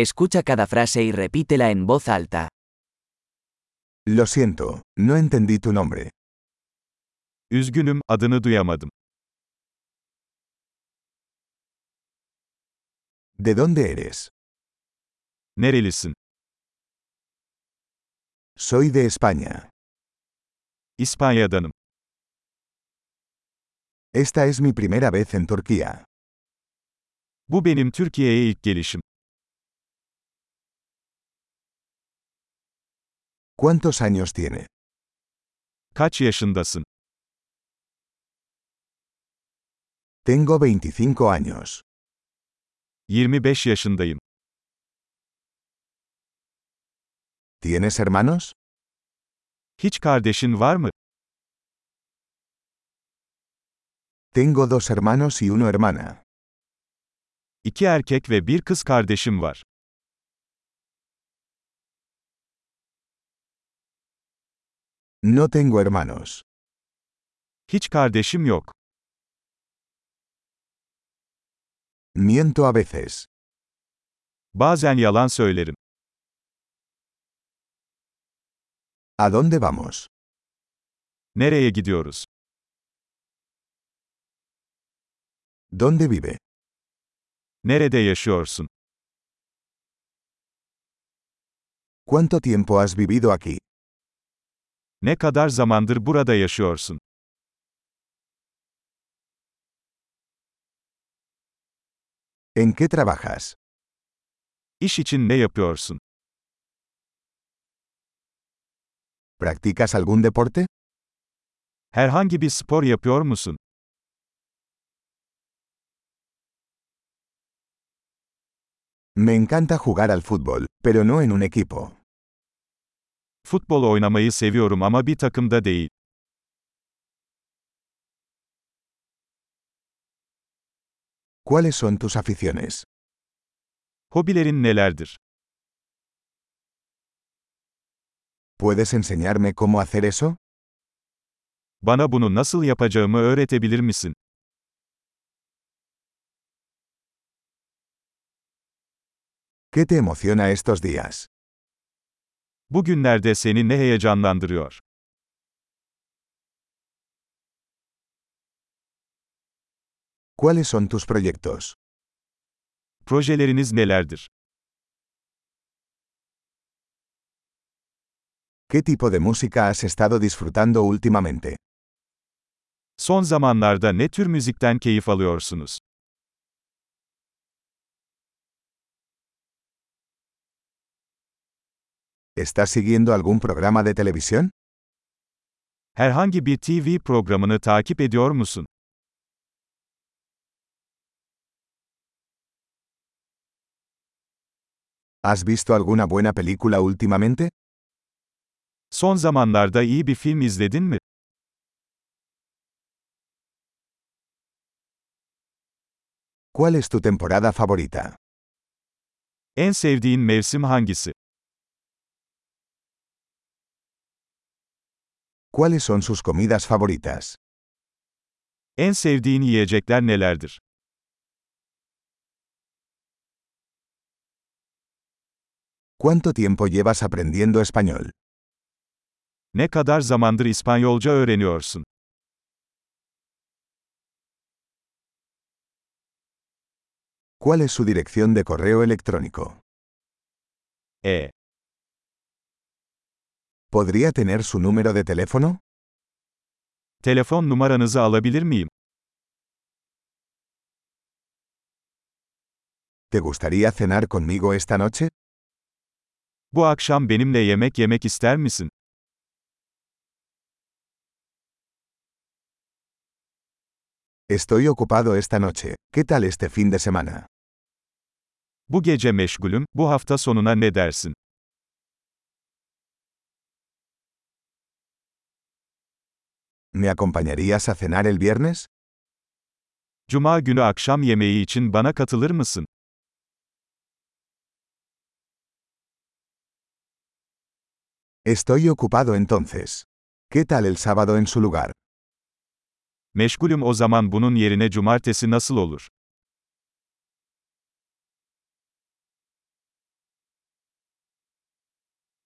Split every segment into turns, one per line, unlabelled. Escucha cada frase y repítela en voz alta.
Lo siento, no entendí tu nombre.
Üzgünüm, adını duyamadım.
¿De dónde eres?
Nerelisin?
Soy de España.
İspanya'danım.
Esta es mi primera vez en Turquía.
Bu benim Türkiye'ye ilk gelişim.
¿Cuántos años tiene?
Kaç yaşındasın?
Tengo 25 años.
25 yaşındayım.
¿Tienes hermanos?
Hiç kardeşin var mı?
Tengo dos hermanos y una hermana.
İki erkek ve bir kız kardeşim var.
No tengo hermanos.
Hiç kardeşim yok.
Miento a veces.
Bazen yalan söylerim.
¿A dónde vamos?
Nereye gidiyoruz?
¿Dónde vive?
Nerede yaşıyorsun?
¿Cuánto tiempo has vivido aquí?
Ne kadar zamandır burada yaşıyorsun?
¿En qué trabajas?
İş için ne yapıyorsun?
¿Practicas algún deporte?
Herhangi bir spor yapıyor musun?
Me encanta jugar al fútbol, pero no en un equipo.
Futbol oynamayı seviyorum ama bir takımda değil.
¿Cuáles son tus aficiones?
Hobilerin nelerdir?
¿Puedes enseñarme cómo hacer eso?
Bana bunu nasıl yapacağımı öğretebilir misin?
¿Qué te emociona estos días?
Bugünlerde seni ne heyecanlandırıyor?
¿Cuáles son tus proyectos?
Projeleriniz nelerdir?
¿Qué tipo de música has estado disfrutando últimamente?
Son zamanlarda ne tür müzikten keyif alıyorsunuz?
¿Estás siguiendo algún programa de televisión?
Herhangi bir TV programını takip ediyor musun?
¿Has visto alguna buena película últimamente?
Son zamanlarda iyi bir film izledin mi?
¿Cuál es tu temporada favorita?
En sevdiğin mevsim hangisi?
¿Cuáles son sus comidas favoritas?
En sevdiğin yiyecekler nelerdir?
¿Cuánto tiempo llevas aprendiendo español?
Ne kadar zamandır İspanyolca öğreniyorsun?
¿Cuál es su dirección de correo electrónico?
E.
¿Podría tener su número de teléfono?
Telefon numaranızı alabilir miyim?
¿Te gustaría cenar conmigo esta noche?
Bu akşam benimle yemek yemek ister misin?
Estoy ocupado esta noche. ¿Qué tal este fin de semana?
Bu gece meşgulüm, bu hafta sonuna ne dersin?
¿Me acompañarías a cenar el viernes?
Cuma günü akşam yemeği için bana katılır mısın?
Estoy ocupado entonces. ¿Qué tal el sábado en su lugar?
Meşgulüm o zaman bunun yerine cumartesi nasıl olur?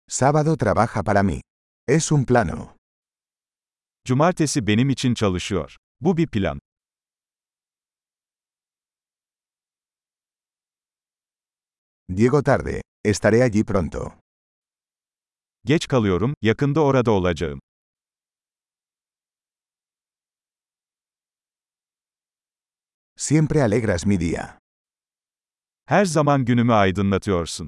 Sábado trabaja para mí. Es un plano.
Cumartesi benim için çalışıyor. Bu bir plan.
Llego tarde. Estaré allí pronto.
Geç kalıyorum, yakında orada olacağım.
Siempre alegras mi día.
Her zaman günümü aydınlatıyorsun.